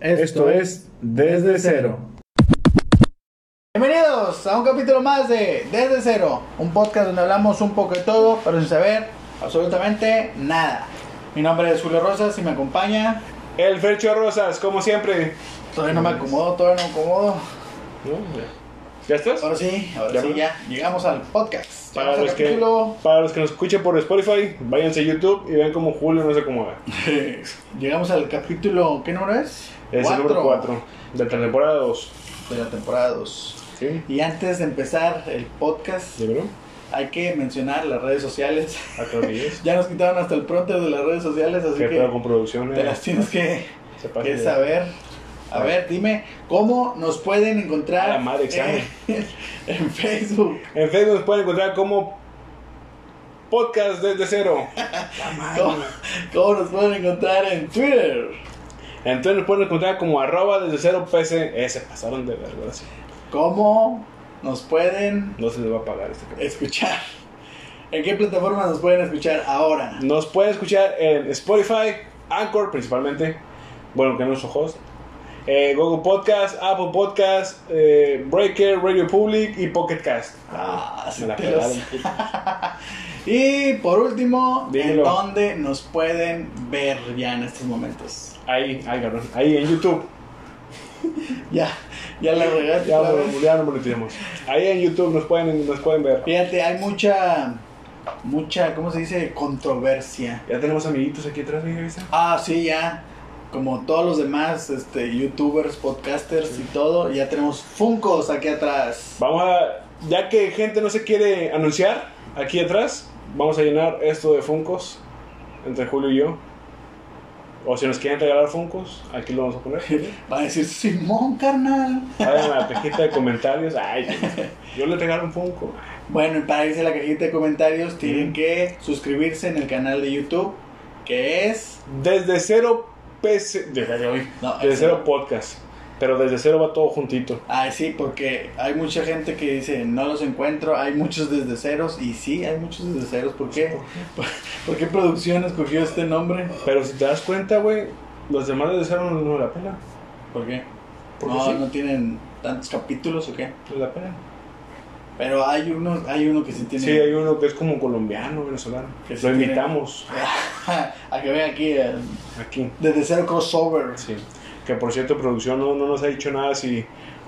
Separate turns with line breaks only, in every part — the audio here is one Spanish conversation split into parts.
Esto es Desde Cero.
Bienvenidos a un capítulo más de Desde Cero, un podcast donde hablamos un poco de todo, pero sin saber absolutamente nada. Mi nombre es Julio Rosas y me acompaña.
El Fercho Rosas, como siempre.
Todavía no me acomodo, todavía no me acomodo.
¿Ya estás?
Ahora sí, ahora
Ya,
sí,
¿no?
ya. Llegamos al podcast.
Para
Llegamos
los,
al
que,
capítulo.
para los que nos escuchen por Spotify, váyanse a YouTube y vean cómo Julio no se acomoda.
Llegamos al capítulo. ¿Qué número es?
Es el número 4 de la temporada 2.
de la temporada 2.
¿Sí?
Y antes de empezar el podcast,
¿Ya vieron?
hay que mencionar las redes sociales.
Acá es.
Ya nos quitaron hasta el pronto de las redes sociales, así
¿Qué pedo
que
con producción?
te las tienes que,
Se pasa
que
de-
saber. A ver, dime, ¿cómo nos pueden encontrar
A la madre, examen.
en, en Facebook?
En Facebook nos pueden encontrar como Podcast desde cero.
¿Cómo, cómo nos pueden encontrar en Twitter?
En Twitter nos pueden encontrar como arroba desde cero PC. Eh, se pasaron de verga. sí.
¿Cómo nos pueden
No se les va a pagar este capítulo.
escuchar? ¿En qué plataforma nos pueden escuchar ahora?
Nos pueden escuchar en Spotify, Anchor principalmente, bueno, que no es su host, eh, Google Podcast, Apple Podcast, eh, Breaker, Radio Public y Pocket Cast.
Ah, sí
me la
te
pelaron.
Y por último, ¿en
Dímelo.
dónde nos pueden ver ya en estos momentos?
Ahí, ahí, cabrón. Ahí en YouTube.
Ya, ya la regaste.
Ya,
otra vez.
ya no monetizamos. Ahí en YouTube nos pueden, nos pueden ver.
Fíjate, hay mucha, mucha, ¿cómo se dice? Controversia.
Ya tenemos amiguitos aquí atrás, mira, ¿viste?
Ah, sí, ya. Como todos los demás, este, youtubers, podcasters y todo, ya tenemos Funkos aquí atrás.
Vamos a. Ya que gente no se quiere anunciar aquí atrás, vamos a llenar esto de Funcos entre Julio y yo. O si nos quieren regalar Funcos, aquí lo vamos a poner.
Va a decir, Simón, carnal.
Vayan a la cajita de comentarios. Ay, yo le regalo un Funko.
Bueno, y para irse a la cajita de comentarios, tienen
Mm.
que suscribirse en el canal de YouTube, que es...
Desde cero PC. Desde,
No,
desde
ese
cero
no.
podcast. Pero desde cero va todo juntito.
Ah, sí, porque hay mucha gente que dice, no los encuentro, hay muchos desde ceros, y sí, hay muchos desde ceros, ¿por qué? ¿Por qué producción escogió este nombre?
Pero si te das cuenta, güey, los demás desde cero no, no la pela.
¿Por qué?
Porque
no,
sí.
no tienen tantos capítulos o qué.
No la pela.
Pero hay uno, hay uno que sí tiene.
Sí, hay uno que es como colombiano, venezolano.
Que sí
lo
tiene-
invitamos
a que vean aquí eh,
aquí.
desde cero crossover.
Sí. Que por cierto, producción no, no nos ha dicho nada si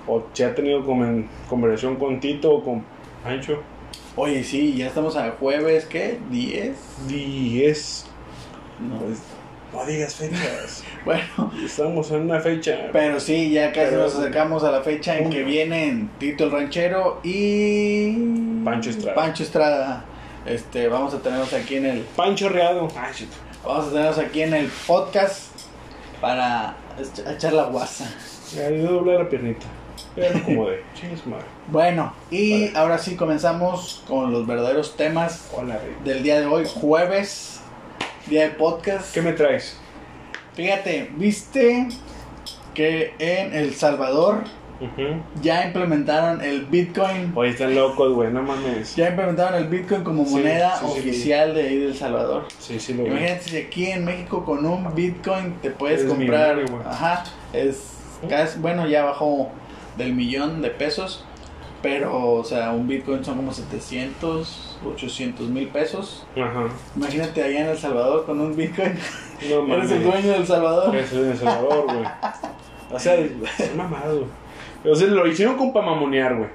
o si ha tenido comen- conversación con Tito o con Ancho.
Oye, sí, ya estamos a jueves, ¿qué? ¿10?
10.
No.
Pues, no digas fechas.
Bueno,
Estamos en una fecha.
pero sí, ya casi
Pero-
nos acercamos a la fecha en que
Uno.
vienen Tito el Ranchero y.
Pancho Estrada.
Pancho Estrada. Este, vamos a tenerlos aquí en el.
Pancho Reado.
Vamos a tenerlos aquí en el podcast para ech- echar la guasa.
Me ayudó a doblar la piernita. Ya me acomodé. Chingue su madre.
Bueno, y
Vale.
ahora sí comenzamos con los verdaderos temas
Hola, Rey.
del día de hoy, jueves, día de podcast.
¿Qué me traes?
Fíjate, viste que en El Salvador ya implementaron el Bitcoin.
Oye, están locos, güey. No mames.
Ya implementaron el Bitcoin como
Sí,
moneda
sí, sí, sí.
oficial de ahí de El Salvador.
Sí, sí, lo vi.
Imagínate si aquí en México con un Bitcoin te puedes
Eres
comprar.
millonario, güey.
Ajá, es casi, bueno, ya bajó del millón de pesos. Pero, o sea, un Bitcoin son como 700, 800 mil pesos.
Ajá.
Imagínate allá en El Salvador con un Bitcoin.
No
Eres
mames.
el dueño del Salvador.
Eres el Salvador, güey. O sea, es mamado. O sea, lo hicieron con para mamonear, güey.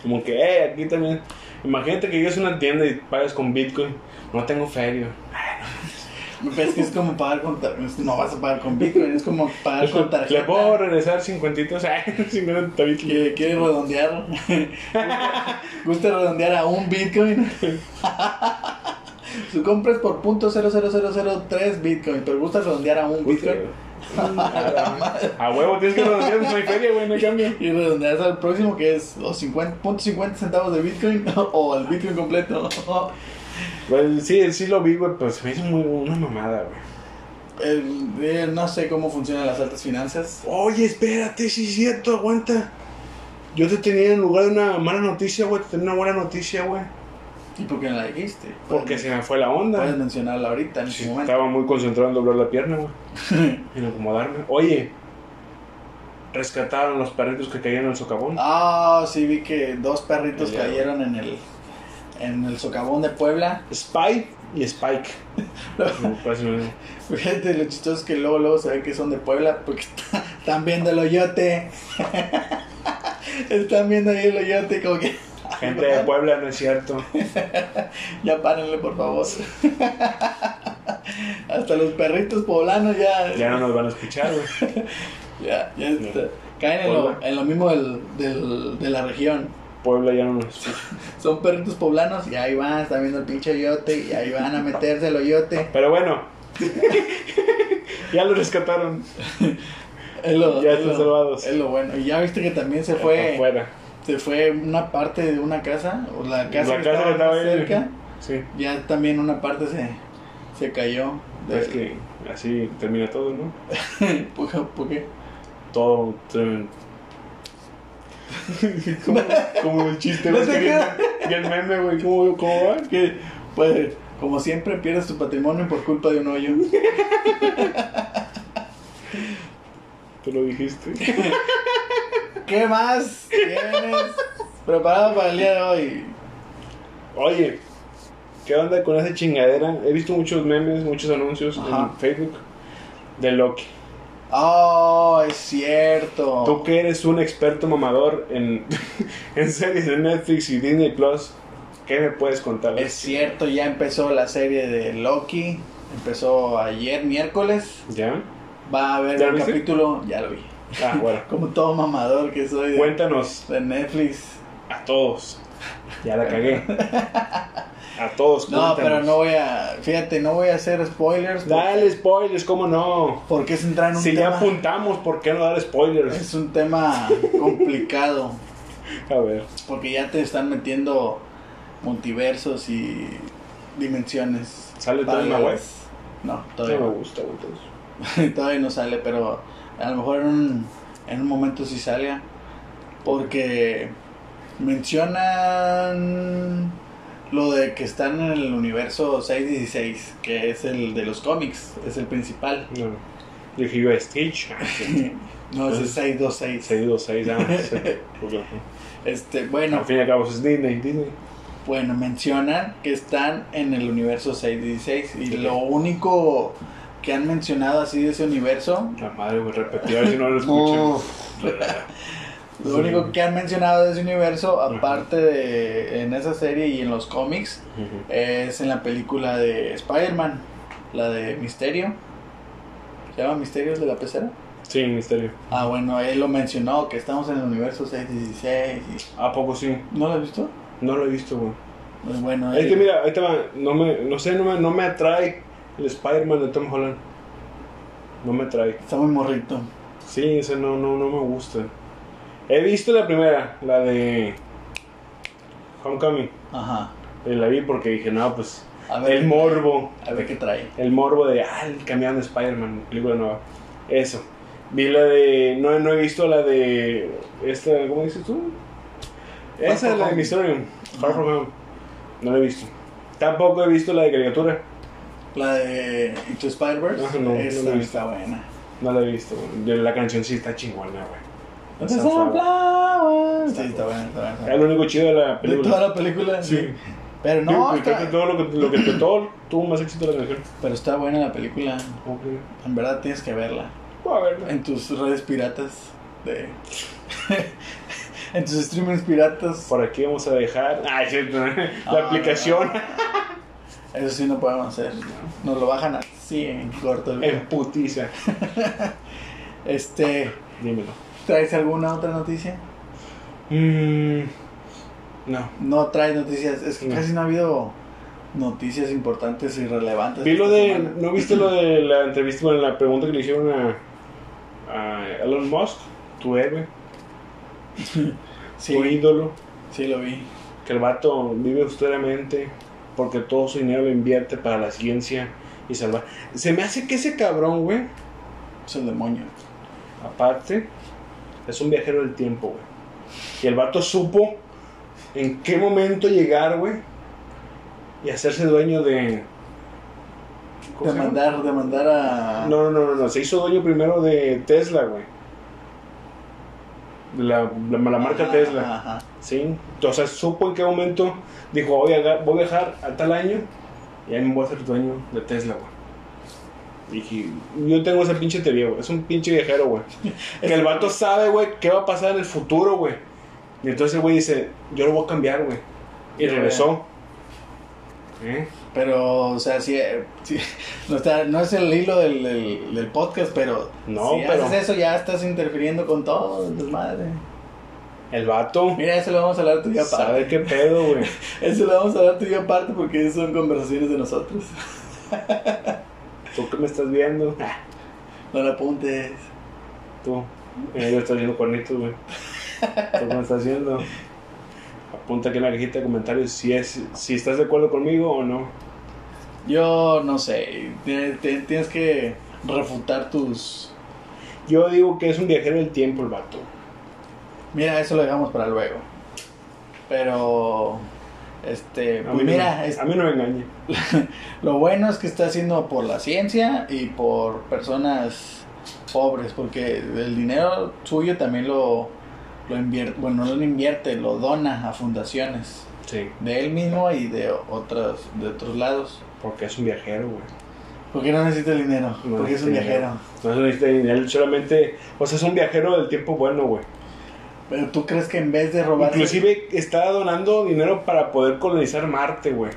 Como que, eh, aquí también. Imagínate que llegas a una tienda y pagas con Bitcoin. No tengo feria.
Pero es que es como pagar con tar- No vas a pagar con Bitcoin, es como pagar con tarjeta.
Le puedo regresar cincuentitos. Ay, cincuenta Bitcoin.
Que quiere redondear. Gusta- Gusta redondear a un Bitcoin. Su compra es por .00003 Bitcoin, pero gusta redondear a un Bitcoin.
A huevo, tienes que redondear, no hay feria, güey, no hay cambio.
Y redondeas al próximo que es o 50, .50 centavos de Bitcoin o el Bitcoin completo.
Pues, sí, sí lo vi, güey, pero se me hizo muy, una mamada, güey.
El- eh, no sé cómo funcionan las altas finanzas.
Oye, espérate, sí es cierto, aguanta. Yo te tenía en lugar de una mala noticia, güey, te tenía una buena noticia, güey.
¿Y por qué no la dijiste?
Porque
Puedes-
se me fue la
Puedes
onda.
mencionarla ahorita en
Sí,
este momento.
estaba muy concentrado en doblar la pierna, güey. En acomodarme. Oye, rescataron los perritos que caían en el socavón.
Ah, sí, vi que dos perritos
Ya,
cayeron en el, en el socavón de Puebla.
Spike y Spike. Me parece lo mismo.
Fíjate, lo chistoso es que luego, luego se ve que son de Puebla porque está- están viendo el hoyote. están viendo ahí el hoyote, como que
Gente de Puebla, no es cierto.
ya párenle, por favor. Hasta los perritos poblanos ya.
Ya no nos van a escuchar, güey.
ya- ya está-
No.
Caen en lo,
Puebla.
en lo mismo del, del- de la región.
Puebla ya no nos escucha.
Son perritos poblanos y ahí van, están viendo el pinche hoyote y ahí van a meterse el hoyote.
Pero bueno, ya lo rescataron.
Es lo,
Ya
es
están
lo-
salvados.
Es lo bueno. Y ya viste que también se fue.
Afuera.
se fue una parte de una casa, o la casa,
la casa que estaba ahí.
cerca,
Sí.
ya también una parte se, se cayó. De,
Es que así termina todo, ¿no?
¿Por qué? por qué?
Todo. se- como, como el chiste,
No
güey.
te
que vi-
creas.
vi el meme, güey. ¿Cómo, ¿Cómo va?
Que, pues, como siempre, pierdes tu patrimonio por culpa de un hoyo.
Tú lo dijiste.
¿Qué más tienes preparado para el día de hoy?
Oye, ¿qué onda con esa chingadera? He visto muchos memes, muchos anuncios
Ajá.
en Facebook de Loki.
Oh, es cierto.
Tú que eres un experto mamador en, en series de Netflix y Disney Plus, ¿qué me puedes contar?
Es cierto, ya empezó la serie de Loki. Empezó ayer, miércoles.
¿Ya?
Va a haber
¿Ya lo
un
viste?
capítulo, ya lo vi.
Ah, bueno.
Como todo mamador que soy de,
Cuéntanos
de Netflix.
a todos. Ya la cagué. A todos,
No,
cuéntanos.
pero no voy a. Fíjate, no voy a hacer spoilers. por-
Dale spoilers, ¿cómo no?
Porque es entrar en un
Si ya
tema.
apuntamos, ¿por qué no dar spoilers?
Es un tema complicado.
A ver.
Porque ya te están metiendo multiversos y dimensiones.
¿Sale todo en la
paralelas. No,
No
todavía
me
no.
gusta, güey. entonces.
todavía no sale, pero a lo mejor en un, en un momento sí salga. Porque mencionan lo de que están en el universo 616, que es el de los cómics, es el principal.
No. Dije yo, Stitch.
No, ese es 626.
626, ah, sí. Porque,
Este,
Al
bueno,
fin y al cabo es Disney, Disney.
bueno, mencionan que están en el universo 616 y
Sí.
lo único que han mencionado así de ese universo,
La madre, güey, repetí, a ver si no lo
Oh.
escucho.
lo único que han mencionado de ese universo, aparte de en esa serie y en los cómics, es en la película de Spider-Man, la de Misterio. ¿Se llama Misterios de la Pecera?
Sí, misterio.
Ah, bueno, él lo mencionó, que estamos en el universo 616.
¿A poco sí?
y- ¿No lo has visto?
No lo he visto, güey.
Pues bueno,
Es
él-
que mira, ahí te va. No, me, no sé, no me, no me atrae el Spider-Man de Tom Holland. No me atrae.
está muy morrito.
Sí, ese no, no, no me gusta. He visto la primera, la de Homecoming.
Ajá.
Eh, La vi porque dije, no, pues.
A ver,
El morbo.
a ver qué trae.
El morbo de, ah, el camión de Spider-Man, película nueva. Eso. Vi la de. No, no he visto la de. Esta, ¿Cómo dices tú? Esa
Far
es
From
la de
Home.
Mysterium. Far
Ajá.
From Home. No la he visto. Tampoco he visto la de caricatura.
La de Into Spider-Verse.
Ajá, Ah, no, no
esa
la he visto.
está buena.
No la he visto. güey. De la canción sí está chingona, güey.
Sí, está buena, está buena.
Es lo único chido de la
¿De toda
película.
la película?
Sí.
Pero
Digo,
no,
que
está-
creo que todo lo que, lo que todo tuvo más éxito la canción.
pero está buena la película. En verdad tienes que verla.
Voy a verla.
En tus redes piratas. De... en tus streamings piratas.
Por aquí vamos a dejar. Ah, es cierto, la
Ah,
aplicación.
Eso sí no podemos hacer. Nos lo bajan así en corto. el video.
En putiza.
Este,
Dímelo.
¿traes alguna otra noticia?
Mm, no.
No trae noticias, es que
No.
casi no ha habido noticias importantes y relevantes.
Vi lo
esta
de.
semana.
¿No viste lo de la entrevista con la pregunta que le hicieron a, a Elon Musk? Tu héroe, tu
Sí,
ídolo.
sí lo vi.
Que el vato vive austeramente porque todo su dinero lo invierte para la ciencia y salvar. Se me hace que ese cabrón, güey,
Es el demonio.
aparte, es un viajero del tiempo, güey. Y el vato supo en qué momento llegar, güey, y hacerse dueño de. ¿cómo se llama?
Demandar, demandar a.
No, no, no, no, no, se hizo dueño primero de Tesla, güey. De La, la, la marca
Ajá,
Tesla.
ajá.
Sí, o sea, supo en qué momento dijo, voy a, voy a viajar a tal año y ahí me voy a hacer dueño de Tesla, güey. Dije, yo tengo esa pinche teoría, güey. Es un pinche viajero, güey. Que el vato sabe, güey, qué va a pasar en el futuro, güey. Y entonces el güey dice, yo lo voy a cambiar, güey. Y
Ya,
regresó. ¿Eh?
Pero, o sea, sí, eh, sí, no, está, no es el hilo del, del, del podcast, pero
No,
si
pero-
haces eso ya estás interfiriendo con todo, desmadre.
El vato
Mira, eso lo vamos a hablar tú y yo
sabe
aparte.
qué pedo, güey.
Eso lo vamos a hablar tú y yo aparte porque son conversaciones de nosotros.
¿Tú qué me estás viendo?
No la apuntes.
Tú. Mira, yo estoy viendo cuernitos, güey. ¿Tú cómo estás haciendo? Apunta aquí en la cajita de comentarios si, es, si estás de acuerdo conmigo o no.
Yo no sé, te- te- tienes que refutar tus...
Yo digo que es un viajero del tiempo el vato.
Mira, eso lo dejamos para luego. Pero, este,
A
pues
mí
mira,
no,
es-
a mí no me engañe.
Lo bueno es que está haciendo por la ciencia y por personas pobres, porque el dinero suyo también lo, lo invierte, bueno, no lo invierte, lo dona a fundaciones
Sí,
de él mismo y de otras de otros lados.
porque es un viajero, güey.
Porque no necesita el dinero,
No
porque es un
necesita
viajero.
No se necesita dinero, este, solamente. O sea, es un viajero del tiempo bueno, güey.
Pero tú crees que en vez de robar
Inclusive está donando dinero para poder colonizar Marte, güey.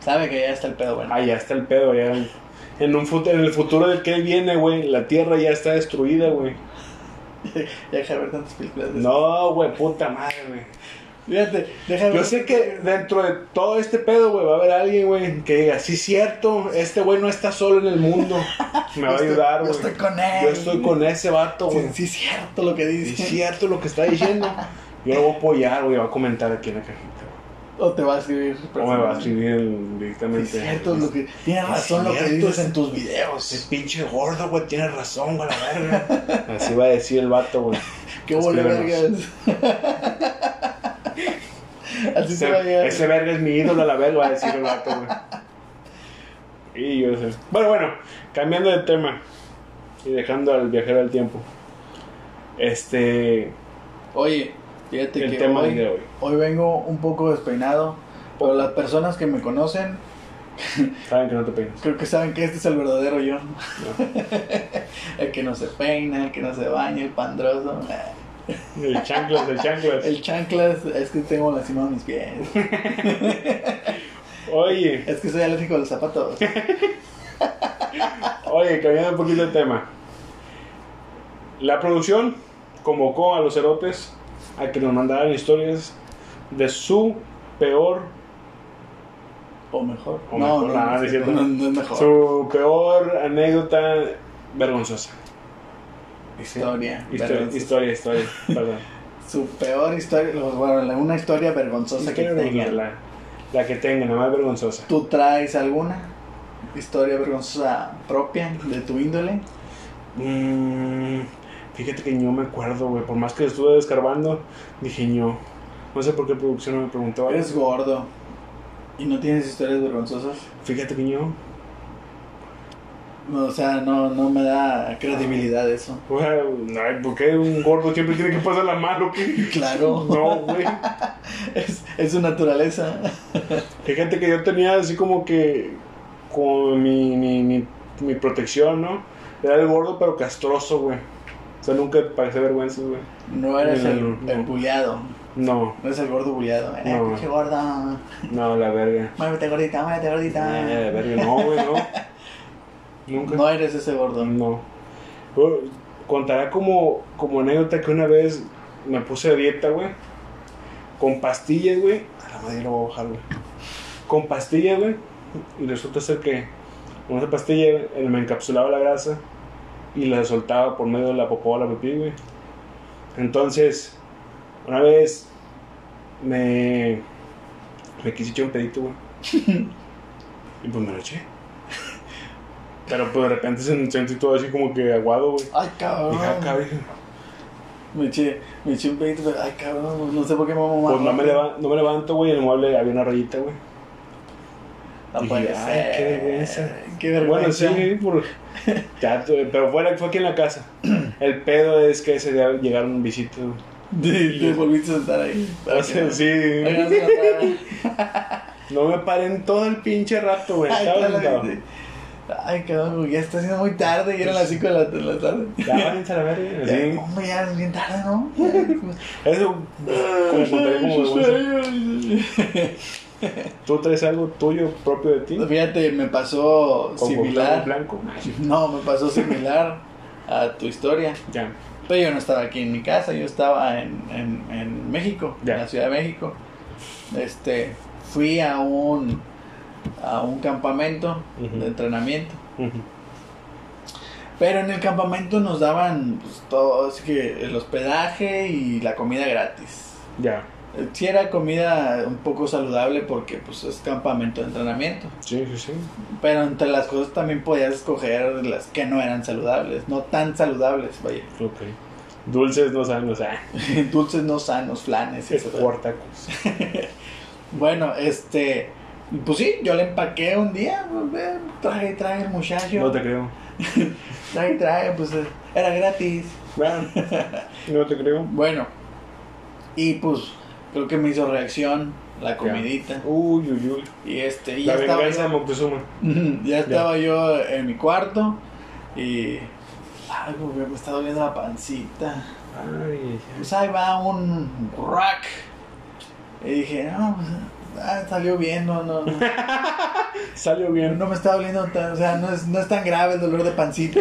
sabe que ya está el pedo bueno.
Ah, ya está el pedo, ya. En, un fut- en el futuro del que él viene, güey, la Tierra ya está destruida, güey.
Pues Ya deja de ver tantas películas. de-
No, güey, puta madre, güey.
Fíjate, deja de
Yo
ver-
sé que dentro de todo este pedo, güey, va a haber alguien, güey, que diga, sí, cierto, este güey no está solo en el mundo.
yo
Me va a
estoy-
ayudar,
Yo
güey.
estoy Este con él.
Yo estoy con ese vato,
Sí,
güey.
sí es cierto lo que
Sí,
dice.
Es cierto lo que está diciendo. Yo lo voy a apoyar, güey, va a comentar aquí en la cajita. güey.
O te va a escribir.
O me va a escribir el- directamente.
Es cierto lo que. Tienes
Es
razón lo que
cierto,
dices
es-
en tus
Ese
videos.
pinche gordo, güey, tiene razón, güey, la verga. Así va a decir el vato, güey.
Qué huele
Escríbenos.
vergas. Así se va a
Ese,
llegar.
ese verga es mi ídolo a la verga, va a decir el vato, güey. Y yo sé. Bueno, bueno, cambiando de tema y dejando al viajero al tiempo. Este.
Oye, fíjate
el
que
tema
hoy,
de Oh. hoy.
hoy vengo un poco despeinado. Pero las personas que me conocen
Saben que no te peinas.
creo que saben que este es el verdadero yo.
¿no?
El que no se peina, el que no se baña, el pandroso.
El chanclas, el chanclas.
El chanclas es que tengo lastimado mis pies.
Oye.
Es que soy alérgico a los zapatos.
Oye, cambiando un poquito el tema. La producción convocó a los erotes a que nos mandaran historias de su peor,
O mejor.
O
no,
mejor,
no,
nada,
no,
no es cierto.
no, no es mejor.
su peor anécdota vergonzosa.
Historia,
Historia,
vergonzosa.
historia, historia, perdón.
Su peor historia, pues, bueno, la- una historia vergonzosa
Historia
que
vergonzosa,
tengan.
La, la que tengan, la más vergonzosa.
¿Tú traes alguna historia vergonzosa propia de tu índole?
Mm, fíjate que yo me acuerdo, güey. Por más que estuve descarbando, dije yo. No sé por qué producción no me preguntó.
Eres gordo y no tienes historias vergonzosas.
Fíjate que yo.
No, o sea, no, no me da credibilidad eso.
Güey, ay, ¿por qué un gordo siempre tiene que pasar la mano?
Claro,
No, güey.
es, es su naturaleza.
Fíjate que yo tenía así como que. Como mi, mi, mi, mi protección, ¿no? Era el gordo, pero castroso, güey. O sea, nunca pasé vergüenza, güey.
No eres el,
No.
el buleado,
No,
no eres el gordo buleado. Eh,
No.
pinche gordo,
no, la verga.
muévete gordita, muévete
Eh, la
gordita.
verga, no, güey, no. Nunca.
No eres ese gordo.
No. Bueno, Contará como, como anécdota que una vez me puse a dieta, güey. Con pastillas, güey. A la madre lo voy a bajar, güey. Con pastillas, güey. Y resulta ser que con esa pastilla güey, él me encapsulaba la grasa y la soltaba por medio de la popó o la pipí, güey. Entonces, una vez me, me quise echar un pedito, güey. y pues me lo eché. Pero pues de repente se- sentí todo así como que aguado, güey.
Ay, cabrón.
Dije, ah, cabrón.
Me eché, me eché un pedito, pero ay cabrón, no sé por qué me mamó
Pues no me, leva- no me levanto, güey. En el mueble había una rayita, güey.
No
Dije,
puede
"Ay,
ser.
qué vergüenza".
Qué
Bueno,
vergüenza.
sí, por- ya, tu- pero fue, fue aquí en la casa. El pedo es que ese día llegaron visitas. güey.
Te, te volviste a sentar ahí.
O sea, sí.
Oigan, se notaba.
No me paren todo el pinche rato, güey.
Ay,
Pues, Estaba
toda la
sentado.
gente. Ay, cabrón, güey, ya está haciendo muy tarde y eran las 5 de la, de la tarde.
Ya, váyanse a la verga.
Ya,
Sí.
Hombre, ya es bien tarde, ¿no?
Eso, como contaría como vergüenza. ¿Tú traes algo tuyo propio de ti?
Fíjate, me pasó
Como
similar.
blanco.
No, me pasó similar a tu historia.
Ya.
Pero yo no estaba aquí en mi casa, yo estaba en, en, en México,
Ya.
en la Ciudad de México. Este, fui a un, a un campamento
Ujú.
de entrenamiento.
Ujú.
Pero en el campamento nos daban pues, todo, así que el hospedaje y la comida gratis.
Ya.
Eh, Sí era comida un poco saludable porque pues es campamento de entrenamiento.
Sí, sí, sí.
Pero entre las cosas también podías escoger las que no eran saludables, no tan saludables, vaya.
Ok. Dulces no saben, o sea,
Dulces no sanos, flanes. y
ah, es
eso.
por tacos.
Bueno, este, pues sí, yo le empaqué un día, pues, ve, traje, traje el
No
muchacho,
te creo.
traje, traje, pues eh, era gratis.
Bueno, no te creo.
Bueno, y pues creo que me hizo reacción la comidita.
Uy, uy, uy.
Y este, y
La
ya estaba,
venganza de
yo,
Moctezuma.
ya estaba yo en mi cuarto y algo me está doliendo la pancita.
Ay,
Pues ahí va un rack. Y dije, no, pues ah, salió bien, no, no, no.
Salió
Pero
bien.
no me está doliendo tan, o sea, no es, no es tan grave el dolor de pancita.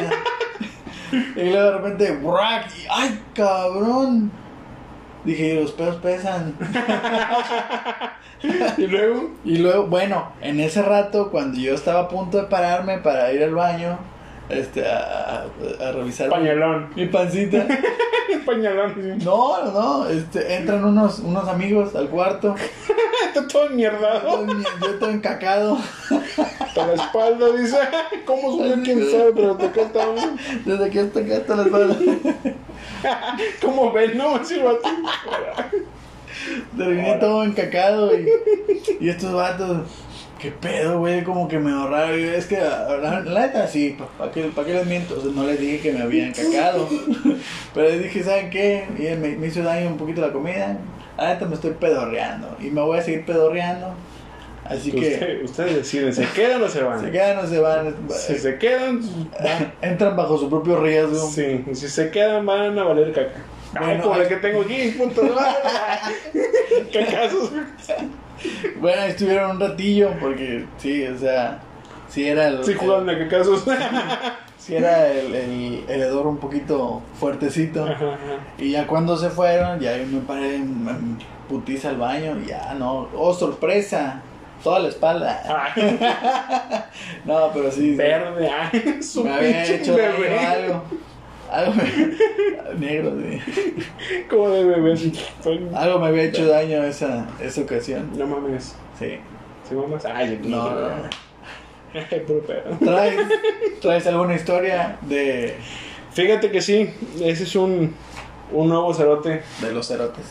y luego de repente, ¡brac! Y, ¡Ay, cabrón! Dije, los pedos pesan.
Y luego,
Y luego, bueno, en ese rato, cuando yo estaba a punto de pararme para ir al baño, este, a, a- a revisar mi,
pañalón.
mi pancita.
Pañalón. sí.
No, no, no, este, entran unos, unos amigos al cuarto.
Está todo mierdado.
Yo estoy encacado.
Hasta la espalda, dice. ¿Cómo subió? ¿Quién sabe? Pero hasta acá estaba.
Desde que hasta acá hasta la espalda.
¿Cómo ven? No, así va.
Terminé
Ahora.
todo encacado y, y estos vatos, qué pedo, güey, como que me ahorraron. Y Es que, la la neta, sí, ¿para qué, pa' qué les miento? O sea, no les dije que me había encacado, pero les dije, ¿saben qué? Y él me, me hizo daño un poquito la comida. La neta, me estoy pedorreando y me voy a seguir pedorreando. Así que,
Usted- Ustedes deciden, ¿se quedan o se
se
van?
quedan o se van.
Si se quedan, pues,
Entran bajo su propio riesgo.
Sí, si se quedan van a valer caca. Ay,
Bueno,
como
ay.
la que tengo aquí, punto. Cacazos.
Bueno, ahí estuvieron un ratillo porque, sí, o sea, sí era el.
Sí jugaban a cacazos.
Si era el, el, el hedor un poquito fuertecito. Y ya cuando se fueron, ya yo me paré en, en putiza al baño. y Ya no. ¡Oh, sorpresa! Toda la espalda.
Ay,
No, pero sí. sí.
verde, ay, su
me había
pinche
hecho daño
bebé.
algo. Algo me- negro, sí.
Como de bebé. así.
Algo me había hecho daño esa, esa ocasión.
No mames.
Sí.
¿Se mamas? Ay,
No, no, no.
Ay, puro pedo.
¿Traes, ¿Traes alguna historia de,
Fíjate que sí, ese es un, un nuevo cerote.
de los cerotes?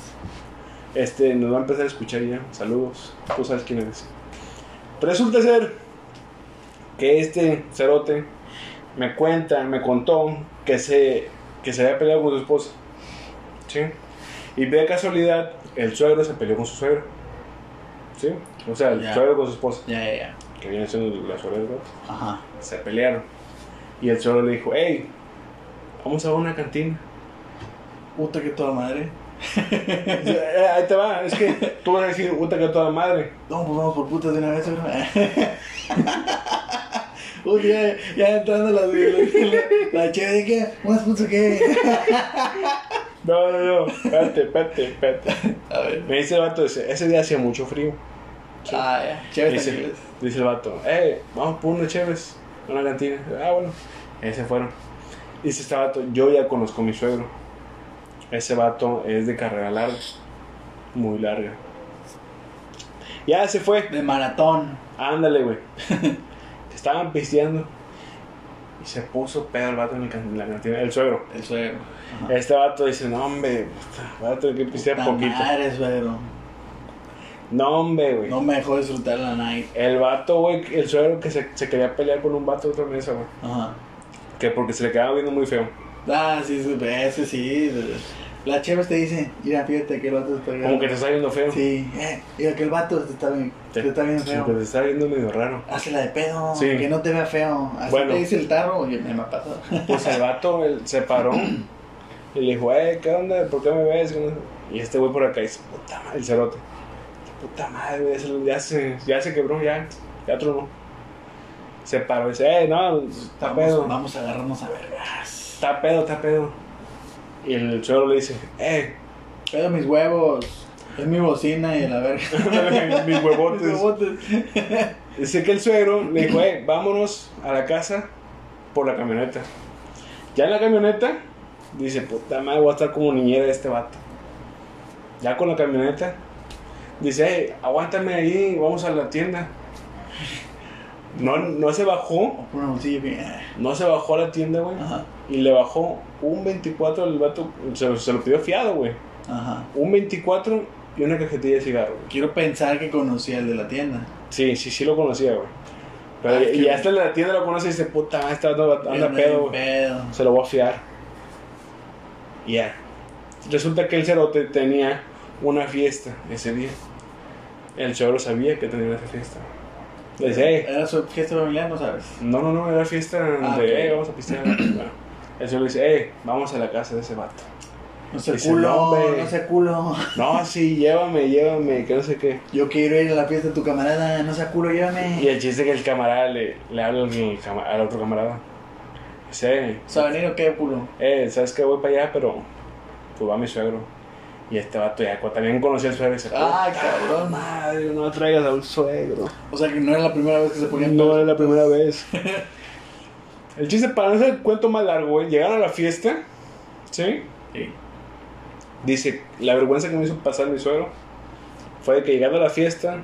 Este, nos va a empezar a escuchar ya. Saludos. Tú sabes quién eres. Resulta ser que este cerote me cuenta, me contó que se, que se había peleado con su esposa. ¿Sí? Y de casualidad, el suegro se peleó con su suegro. ¿Sí? O sea, el
Ya.
suegro con su esposa,
Ya, ya, ya.
que viene siendo la suegra del vato
Ajá.
se pelearon. Y el suegro le dijo, hey, vamos a una cantina.
Puta que toda madre.
Eh, Ahí te va, es que tú vas a decir, puta que toda madre.
No, pues vamos por putas de una vez, bro. Uy, ya, ya entrando la, la, la, la chévere, ¿de qué? ¿Unas putas qué?
No, no, no, espérate, espérate, espérate.
A ver.
Me dice el vato, dice, ese día hacía mucho frío.
Ah, ya. Chévere,
Dice, dice el vato, eh, vamos por unos chéves, a una cantina. Ah, bueno, ahí se fueron. Dice este vato, yo ya conozco a mi suegro. Ese vato es de carrera larga, muy larga. Ya se fue.
De maratón.
Ándale, güey. Estaban pisteando. Y se puso pedo el vato en, el can- en la cantina. El suegro.
El suegro.
Este vato dice, no, hombre, puta, voy a tener que pistear
Puta
poquito.
Madre, suegro.
No, hombre, güey.
No me dejó disfrutar la night.
El vato, güey, el suegro que se, se quería pelear con un vato de otra mesa, güey.
Ajá.
Que porque se le quedaba viendo muy feo.
Ah, sí, sí, ese sí. La cheva te dice, mira, fíjate que el vato está bien.
Como que te está viendo feo.
Sí, eh, mira que el vato te está bien, te, está bien
Como que
feo.
te está viendo medio raro.
Hazla de pedo,
Sí.
que no te vea feo. Así
Bueno.
te dice el tarro, oye, me ha pasado.
Pues el vato él, se paró y le dijo, eh, ¿qué onda? ¿Por qué me ves? Y este güey por acá dice, puta madre, el cerote. Puta madre, güey, ya se- ya se, ya se quebró, ya, ya tronó. Se paró y dice, eh, no, está pedo,
Vamos, vamos a agarrarnos a vergas.
está pedo, está pedo. Y el suegro le dice, eh,
Pedo mis huevos, es mi bocina y la verga.
mis
Mis
huevotes.
huevotes.
Dice que el suegro le dijo, eh, vámonos a la casa por la camioneta. Ya en la camioneta, dice, puta madre, voy a estar como niñera de este vato. Ya con la camioneta, dice, eh, aguántame ahí, vamos a la tienda. No, no se bajó,
Una bolsilla que-
no se bajó a la tienda, güey.
Ajá,
Y le bajó un 24 al vato, se, se lo pidió fiado, güey.
ajá.
Un 24 y una cajetilla de cigarro, güey.
Quiero pensar que conocía el de la tienda.
Sí, sí, sí lo conocía, güey. Pero
Ah,
ya-
qué
y hasta la tienda lo conoce y dice, puta, madre, este vato anda
Anda
pedo,
bien
güey.
pedo.
Se lo voy a fiar. Ya. Resulta que el cerote tenía una fiesta ese día. El chavo sabía que tenía esa fiesta. Le
Pues,
dice, "Eh,
Era su fiesta familiar, no sabes.
no, no, no, era fiesta
Ah,
de,
ok.
"Eh, vamos a pistear. Bueno, el chavo le dice, eh, vamos a la casa de ese vato.
No se
Dice,
culo,
"No, hombre".
no se culo.
No, sí, llévame, llévame, que no sé qué.
Yo quiero ir a la fiesta de tu camarada, no sea culo, llévame.
Y el chiste es que el camarada le, le habla al, cama- al otro camarada. Dice, "Eh,
¿Sabanero qué, culo?
eh, sabes que voy para allá, pero pues va mi suegro. Y este vato ya cu- también conocía al suegro y se
Ah,
"Puta
cabrón.
madre, no traigas a un suegro.
O sea que no era la primera vez que se ponían
No
pedos.
era la primera vez. El chiste, para no hacer el cuento más largo, güey, llegaron a la fiesta, ¿sí?
Sí.
Dice, la vergüenza que me hizo pasar mi suegro fue de que llegando a la fiesta,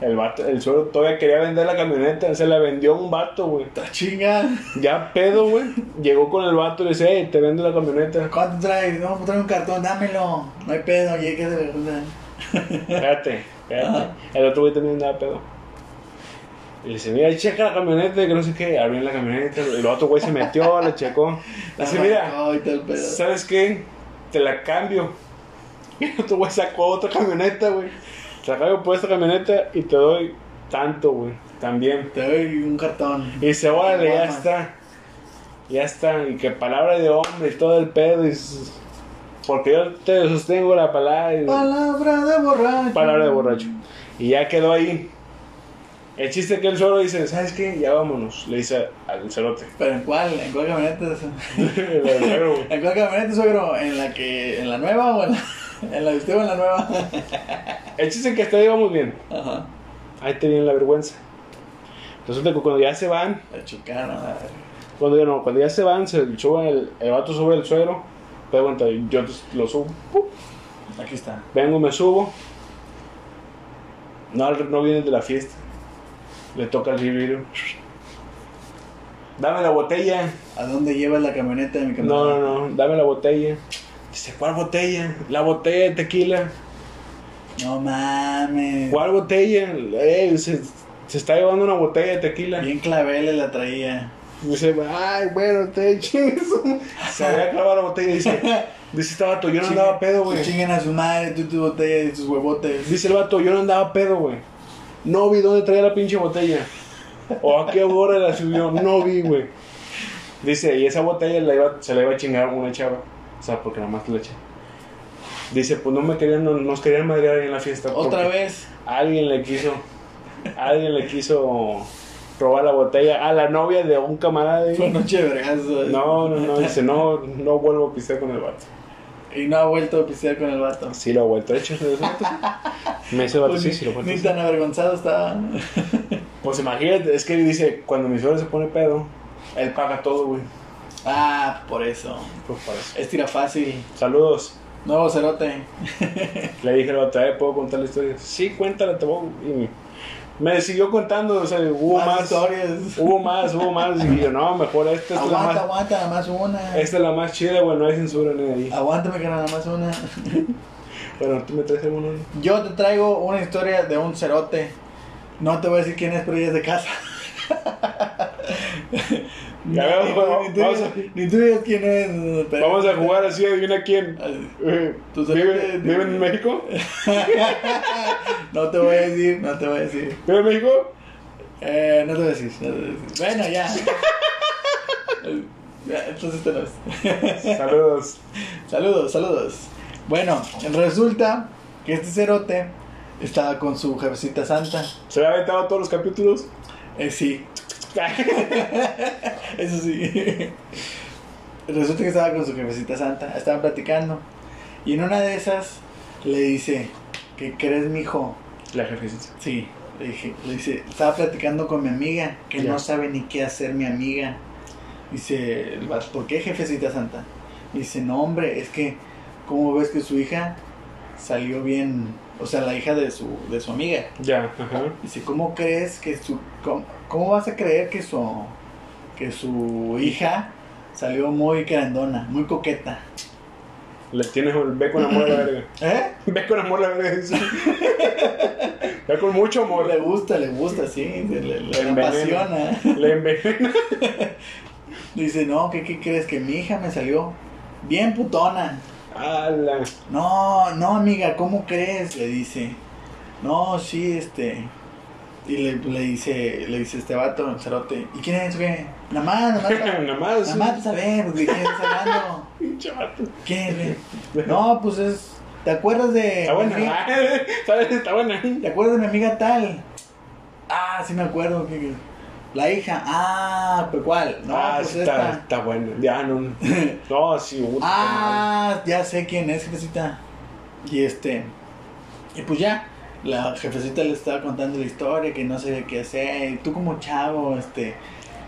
el, vato, el suegro todavía quería vender la camioneta, se la vendió a un vato, güey.
¡Ta chinga!
Ya pedo, güey. Llegó con el vato y le dice, "Ey, te vendo la camioneta.
¿Cuánto traes? No, pues trae un cartón, dámelo. No hay pedo, oye, que se vergüenza.
Espérate, espérate.
Ajá.
El otro güey también andaba pedo. Y le dice, mira, checa la camioneta, que no sé qué. Abrió la camioneta, el otro güey se metió, la checó. Le dice, mira,
No, y tal pedo.
¿sabes qué? Te la cambio. Y el otro güey sacó otra camioneta, güey. Te la cambio por esta camioneta y te doy tanto, güey. También.
Te doy un cartón.
Y dice, órale, ya
Guama.
está. Ya está. Y que palabra de hombre y todo el pedo. y s- porque yo te sostengo la palabra. y-
Palabra de borracho.
palabra de borracho. Y ya quedó ahí. El chiste que el suegro dice, ¿sabes qué? Ya vámonos. Le dice al cerote.
¿Pero en cuál? ¿En cuál camioneta?
El suegro, güey.
¿En cuál camioneta, suegro? ¿En la que... ¿En la nueva o en la... ¿En la de usted o en la nueva?
el chiste que hasta ahí vamos bien.
Ajá.
Ahí te viene la vergüenza. Resulta que cuando ya se van,
La chocaron, a ver.
cuando ya no, cuando ya se van, se sube el, el vato sube el suegro. Pero aguanta, yo lo subo. ¡pup!
Aquí está.
Vengo, me subo. No, no viene el de la fiesta. Le toca al vidrio. Dame la botella.
¿A dónde llevas la camioneta de mi
No,
camioneta?
no, no, dame la botella. Dice, ¿cuál botella? La botella de tequila.
No mames.
¿Cuál botella? Eh, se, se está llevando una botella de tequila.
Bien claveles la traía.
Dice, ay, bueno, te chingues. Se había clavado la botella. Dice, dice este vato, yo no andaba pedo, güey.
Chinguen a su madre, tú y tu botella y tus huevotes.
Dice el vato, yo no andaba pedo, güey. No vi dónde traía la pinche botella. O a qué hora la subió, no vi, güey. Dice, y esa botella la iba- se la iba a chingar una chava. O sea, porque nada más la echaba. Dice, pues no me querían, no, nos querían madrear en la fiesta.
Otra
porque
vez.
Alguien le quiso, alguien le quiso robar la botella a la novia de un camarada.
Fue
dice.
noche de vergazo.
No, no, no, dice, no, no vuelvo a pistear con el vato.
Y no ha vuelto a pistear con el vato.
Sí lo ha vuelto a echar. Me dice el vato, sí, sí lo ha vuelto a
Pues Ni
hacer.
tan avergonzado estaba.
Pues imagínate, es que dice, cuando mi suegro se pone pedo, él paga todo, güey.
Ah, por eso.
Pues para eso.
Es tira fácil.
Saludos.
Nuevo cerote.
Le dije al vato, eh, ¿puedo contar la historia? Sí, cuéntala, te voy. a-". Y me siguió contando, o sea, hubo
Más
Uh, más.
historias.
Hubo más, hubo más. Y yo, no, mejor esta es la
aguanta,
más.
aguanta, nada más una.
Esta es la más chida, güey, no hay censura ni ahí.
Aguántame, que nada más una.
Bueno, tú me traes alguno. güey?
Yo te traigo una historia de un cerote. No te voy a decir quién es, pero ella es de casa.
Ya veo,
ni, tú-
vamos a-
ni tú digas quién es. pero-
Vamos a jugar así, adivina quién. Eh,
Tú sabes que-
¿Vive, vive en México?
No te voy a decir, no te voy a decir.
¿Vive en México?
Eh, no te voy a decir. no te voy a decir. Bueno, ya. Ya, Entonces te lo es.
Saludos.
Saludos, saludos. Bueno, resulta que este cerote estaba con su jefecita santa.
¿Se le ha aventado todos los capítulos?
Eh, sí, Eso sí. Resulta que estaba con su jefecita santa, estaban platicando. Y en una de esas le dice, ¿qué crees, mijo?
La jefecita.
Sí, le dije, le dice, estaba platicando con mi amiga, que
Ya.
no sabe ni qué hacer mi amiga. Dice, el vato, ¿por qué jefecita santa? Dice, no hombre, es que, ¿cómo ves que su hija salió bien? O sea, la hija de su, de su amiga.
Ya, ajá.
Dice, ¿cómo crees que su... cómo, cómo vas a creer que su... que su hija salió muy grandona, muy coqueta?
Le tienes el ve con amor a la verga.
¿Eh?
Ve con amor a la verga. dice. Ve con mucho amor.
Le gusta, le gusta, sí, le, le- le
Envenena.
apasiona.
Le envenena.
Dice, no, ¿qué, ¿qué crees? Que mi hija me salió bien putona.
Ala.
No, no, amiga, ¿cómo crees? Le dice. No, sí, este. Y le, le dice, le dice este vato, el cerote. ¿Y quién es? o ¿Qué? Nada más, nada más. pa-
Nada
Nada
más.
más saber de quién estás hablando.
Pinche vato.
¿Qué? güey? No, pues es. ¿Te acuerdas de.?
Está buena. ¿eh?
mi amiga-
¿Sabes? Está buena.
¿Te acuerdas de mi amiga tal? Ah, sí me acuerdo. que- que- La hija. Ah, pero ¿cuál? No,
ah,
pues
sí,
esta.
está, está buena. Ya, no. No, sí, puta madre.
Ah, ya sé quién es, jefecita. Y este. Y pues ya. La jefecita le estaba contando la historia, que no sabía qué hacer. Y tú, como chavo, este.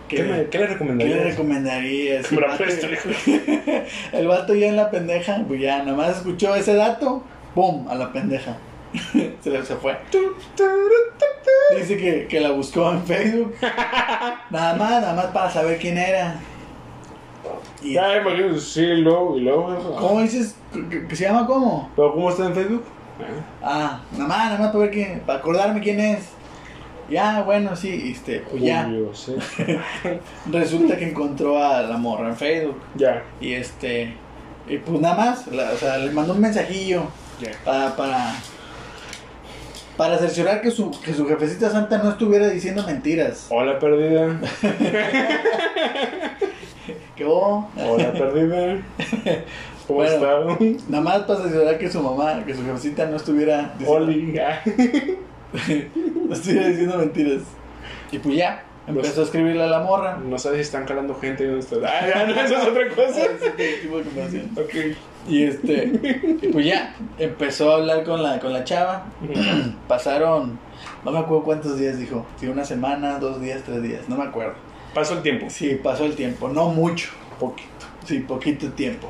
que-
¿Qué, me- ¿Qué
¿Qué
le recomendarías?
le recomendarías?
Como
El
la
vato-
prehistoria.
El vato ya en la pendeja, pues ya, nada más escuchó ese dato, ¡pum! a la pendeja. se, le, se fue.
Tu, tu, tu.
Dice que, que la buscó en Facebook. nada más, nada más para saber quién era. Y,
Ya, imagino, sí, y luego, y luego.
¿Cómo dices? ¿Que, que se llama cómo?
¿Pero cómo está en Facebook?
Ah, nada más, nada más para ver quién, para acordarme quién es. Ya, bueno, sí, este, pues ya.
Julio, sí.
Resulta que encontró a la morra en Facebook.
Ya,
Y este, y pues nada más, la- o sea, le mandó un mensajillo
ya.
para, para, para cerciorar que su, que su jefecita santa no estuviera diciendo mentiras.
Hola perdida.
Que oh,
Hola perdida. ¿Cómo
Bueno.
estás?
nada más para cerciorar que su mamá, que su jefecita no estuviera diciendo,
Oli. Ah,
no estuviera diciendo mentiras. Y pues ya, empezó a escribirle a la morra.
No sabes si están calando gente y dónde estás. Ah, ya, no, eso es otra cosa.
Ese tipo de conversación.
Ok.
Y este, pues ya, empezó a hablar con la, con la chava. Pasaron, no me acuerdo cuántos días dijo, si una semana, dos días, tres días, no me acuerdo.
Pasó el tiempo.
Sí, pasó el tiempo, no mucho,
Poquito.
sí, poquito tiempo.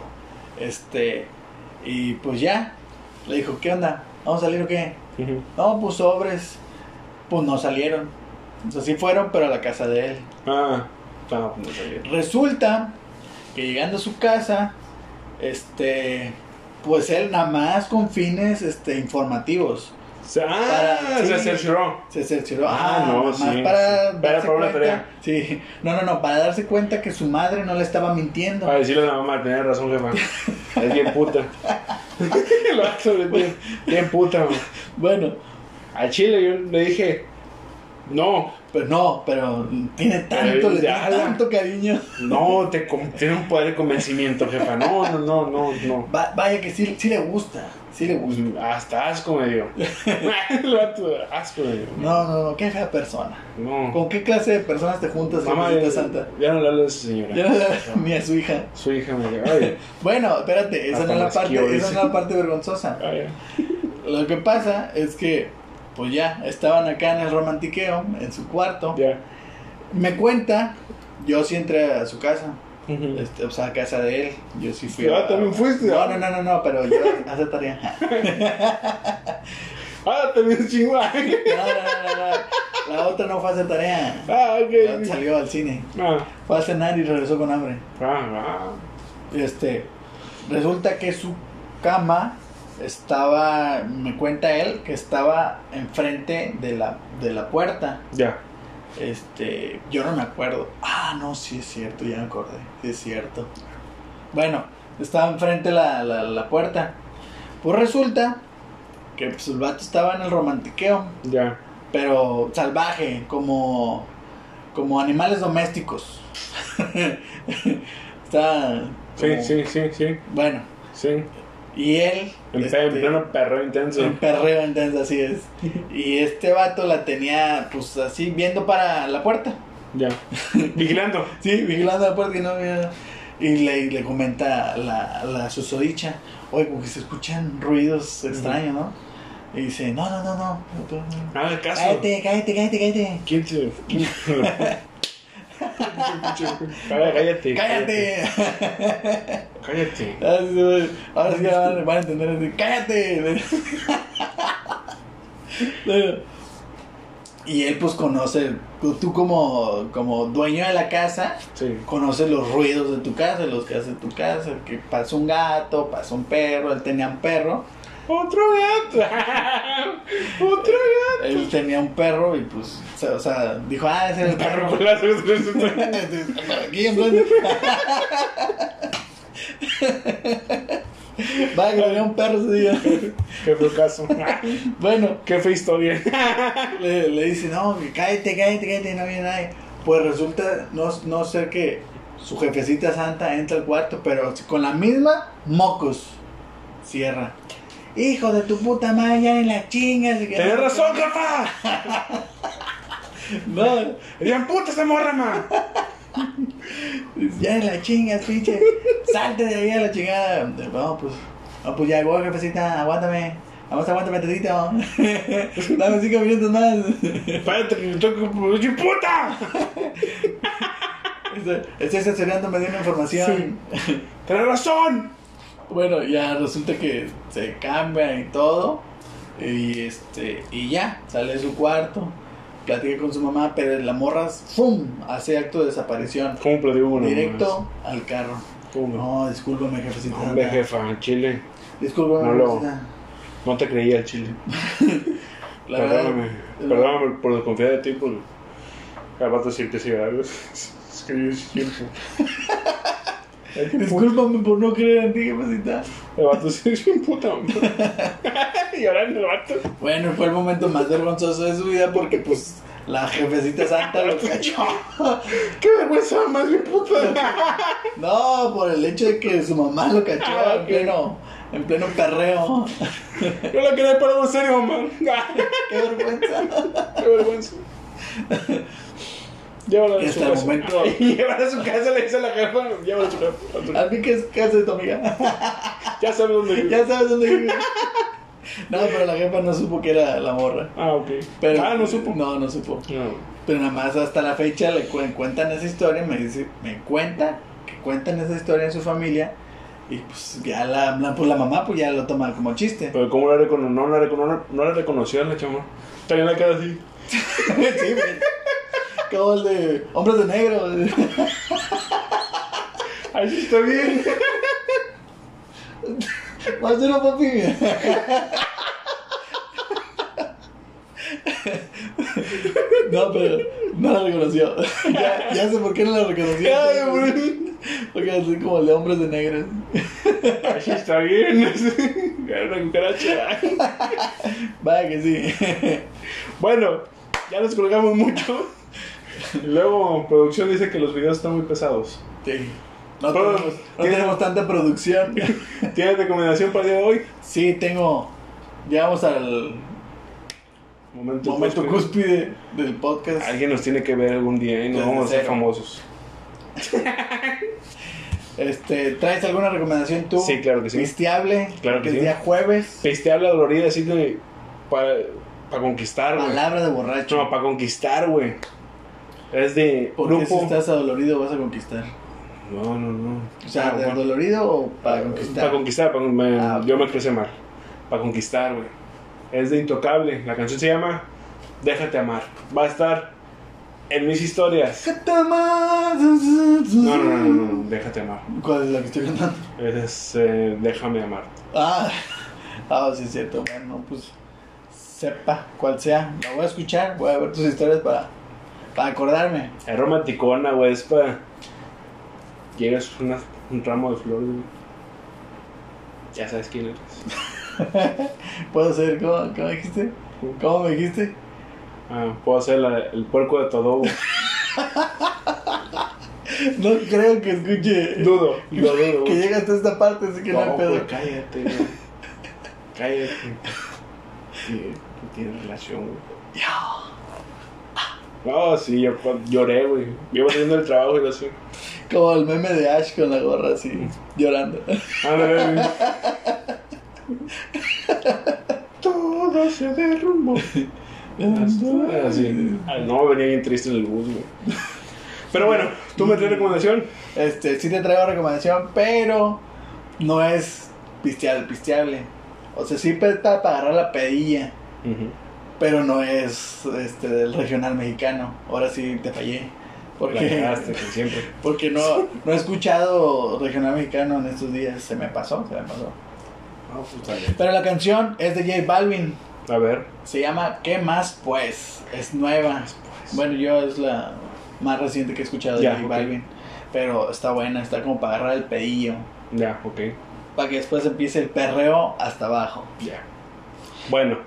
Este, y pues ya, le dijo, ¿qué onda? ¿Vamos a salir o qué? No, pues sobres, pues no salieron. O sea, sí fueron, pero a la casa de él.
Ah, no, no sabía.
Resulta que llegando a su casa, este, pues él nada más con fines este, informativos.
Se- Ah,
Para-
se
sí.
cercioró.
Se cercioró.
Ah, no,
nada más
sí,
Para,
sí. Para
darse
probar
cuenta,
la tarea.
Sí, no, no, no, para darse cuenta que su madre no le estaba mintiendo.
Para decirle a la mamá, tenía razón, jefa. Es bien puta. Lo hace bien, bien puta, güey.
Bueno,
Al chile yo le dije, no,
pero pues no, pero tiene tanto,
Ay,
le tiene
Eh, ya la-
tanto cariño.
no, te con- tiene un poder de convencimiento, jefa. No, no, no, no, no.
Va- vaya que sí, sí le gusta, sí le gusta.
Hasta asco me dio. El vato, asco me dio.
No, no, no, qué fea persona.
No.
¿Con qué clase de personas te juntas,
Mamá,
Jefecita
ya,
Santa?
ya no le hablo a esa señora.
Ya no le das ni a su hija.
Su hija me dio. Ay,
Bueno, espérate, esa
Hasta
no es la
las
parte,
quiores.
esa no es la parte vergonzosa.
ay,
Lo que pasa es que, pues ya, estaban acá en el romantiqueo, en su cuarto.
ya.
Me cuenta, yo sí entré a su casa,
Ujú.
este, o sea, a casa de él, yo sí fui.
Ah,
a-
también fuiste.
No, no, no, no, no, pero yo hace tarea.
Ah, también chingó. Ah,
No, no, no, no, no, la otra no fue a hacer tarea. La otra
Ah, ok.
Salió al cine,
Ah,
fue a cenar y regresó con hambre.
ah, ah.
Este, resulta que su cama estaba, me cuenta él, que estaba enfrente de la, de la puerta.
Ya.
Este, yo no me acuerdo. Ah, no, sí es cierto, ya me acordé. Sí es cierto. Bueno, estaba enfrente la, la, la puerta. Pues resulta que pues, el vato estaba en el romantiqueo,
Ya.
pero salvaje, como, como animales domésticos. Está.
Sí,
como-
sí, sí, sí.
Bueno,
Sí.
y él.
En,
este,
pe- en pleno perreo intenso.
en perreo intenso, así es. Y este vato la tenía, pues así, viendo para la puerta.
Ya. Vigilando.
Sí, vigilando la puerta y no había- Y le, y le comenta la, la susodicha, oye, porque se escuchan ruidos extraños, ¿no? Y dice, no, no, no, no. no, no, no.
Haga caso.
Cállate, cállate, cállate, cállate.
¿Quién se.? quién- cállate.
Cállate.
Cállate.
Así se ve. Ahora Ah, sí ya van, van a entender así, cállate. y él pues conoce, tú, tú como, como dueño de la casa,
Sí.
conoces los ruidos de tu casa, los que hace tu casa, que pasa un gato, pasa un perro, él tenía un perro,
Otro gato. Otro gato.
él tenía un perro y pues, o sea, o sea, dijo, ah, ese es el perro. Aquí enfrente. Vaya que había un perro ese día.
Qué feo caso.
Bueno,
Qué eh. fea historia.
le, le dice, no, que cállate, cállate, cállate, no viene nadie. Pues resulta, no, no ser que su jefecita santa entra al cuarto, pero con la misma, mocos. Cierra. Hijo de tu puta madre, ya ni la chingas. y que-
Tienes razón, Rafa.
No,
Eran puta esa morra, ma.
ya ni la chingas, pinche. Salte de ahí a la chingada. No, pues, no, pues ya voy, jefecita, aguántame. Vamos, aguántame tantito. Dame cinco minutos más.
Espérate, que yo tengo que. ¡Yo, puta!
Estoy- Estoy censurándome de una información.
Tienes razón.
Bueno, ya resulta que se cambia y todo. Y este, y ya, sale de su cuarto, platica con su mamá, pero la morra, ¡fum! hace acto de desaparición.
¿Cómo platico con la
Directo al carro.
mamá? ¿Cómo?
No, discúlpame, jefecita.
No, hombre, jefa, en Chile.
Discúlpame,
No lo-
jefecita.
No te creía, Chile.
La
perdóname,
verdad.
perdóname por desconfiar de ti, por al vato decir que sí, ¿verdad? Es que yo siempre.
Discúlpame por no creer en ti, jefecita.
El vato sí es bien puta. y ahora el vato.
Bueno, fue el momento más vergonzoso de su vida porque, pues, la jefecita santa lo cachó.
¡Qué vergüenza más bien puta!
No, por el hecho de que su mamá lo cachó
Ah,
en
ok.
pleno, en pleno perreo.
Yo la quería para algo serio, mamá.
Qué vergüenza.
¡Qué vergüenza! Llévala
Y
a su
hasta el
casa.
momento-
Llévala a su casa, le dice a la jefa. Llévala a su casa.
A mí que es casa de tu amiga.
Ya sabe dónde vive.
ya sabes dónde vive. No, pero la jefa no supo que era la morra.
Ah, ok.
Pero,
ah, no supo.
No, no supo.
No.
Pero nada más hasta la fecha le cu- cuentan esa historia y me dice, me cuenta que cuentan esa historia en su familia. Y pues ya la, la- pues la mamá pues ya lo toma como chiste.
Pero ¿cómo la reconoció? No la, recono no la reconoció la chama. Tenía la cara así.
sí, güey. Como el de hombres de negro.
Ay, sí, está bien.
Más duro, papi. No, pero no la reconoció. Ya, ya sé por qué no la reconoció.
Ay, güey.
Porque así como el de hombres de negros.
Ay, sí, está bien. Era una cucaracha.
Vaya que sí.
Bueno, ya nos colgamos mucho. Luego, producción dice que los videos están muy pesados.
Sí. No,
Pero,
tenemos, no
¿tiene-
tenemos tanta producción.
¿Tienes recomendación para el día de hoy?
Sí, tengo. Llegamos al
Momento,
momento
cúspide.
cúspide del podcast.
Alguien nos tiene que ver algún día y nos
Desde
vamos a ser
cero.
famosos.
Este, ¿Traes alguna recomendación tú?
Sí, claro que sí.
Pisteable.
Claro que
es
sí.
día jueves.
Peste Pues, habla dolorida, así que para, para conquistar, güey.
Palabra de borracho.
No, para conquistar, güey. Es de
Porque
grupo.
si estás adolorido vas a conquistar.
No, no, no.
O sea,
Ah,
¿de
bueno.
adolorido o para conquistar?
Para conquistar, para- me-
Ah, ok.
yo me expresé mal. Para conquistar, güey. Es de Intocable. La canción se llama Déjate amar. Va a estar en mis historias. No, no, no, no, no, Déjate amar.
¿Cuál es la que estoy cantando?
Es eh, Déjame amar.
Ah, Ah, sí, es cierto. Bueno, pues sepa cuál sea. La voy a escuchar, voy a ver tus historias para, para acordarme.
Es romanticona, güey. Es para. Llegas unas- un ramo de flores, güey. Ya sabes quién eres.
¿Puedo ser? ¿Cómo, cómo dijiste? ¿Cómo me dijiste?
Ah, puedo hacer la- el puerco de todo, güey.
No creo que escuche.
Dudo, lo dudo.
Que
güey.
llega hasta esta parte, así que no, hay
No,
pedo.
güey, cállate, güey. Cállate. Sí, tú tienes relación, güey. No, sí, yo cu- lloré, güey. Iba haciendo el trabajo y lo hacía.
Como el meme de Ash con la gorra así, llorando.
A ver, güey. Todo se derrumbó. Así. Ah, No, venía bien triste en el bus, güey. Pero bueno, ¿tú me traes recomendación?
Este, sí te traigo recomendación, pero no es pisteable, pisteable. O sea, sí está para agarrar la pedilla, pero no es este del regional mexicano. Ahora sí te fallé.
La
Porque,
cagaste, como siempre.
porque no, no he escuchado regional mexicano en estos días. Se me pasó, se me pasó.
Ah, pues, dale.
Pero la canción es de J Balvin.
A ver.
Se llama ¿Qué más pues? Es nueva. Bueno, yo es la más reciente que he escuchado de
pues? Ya,
J
ok.
Balvin. Pero está buena, está como para agarrar el pedillo.
Ya, ok.
Para que después empiece el perreo hasta abajo.
Ya. Bueno.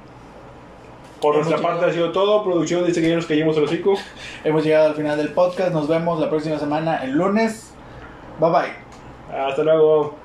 Por
Hemos
nuestra
llegado.
parte ha sido todo. Producción dice que ya nos caímos el hocico.
Hemos llegado al final del podcast. Nos vemos la próxima semana, el lunes. Bye bye.
Hasta luego.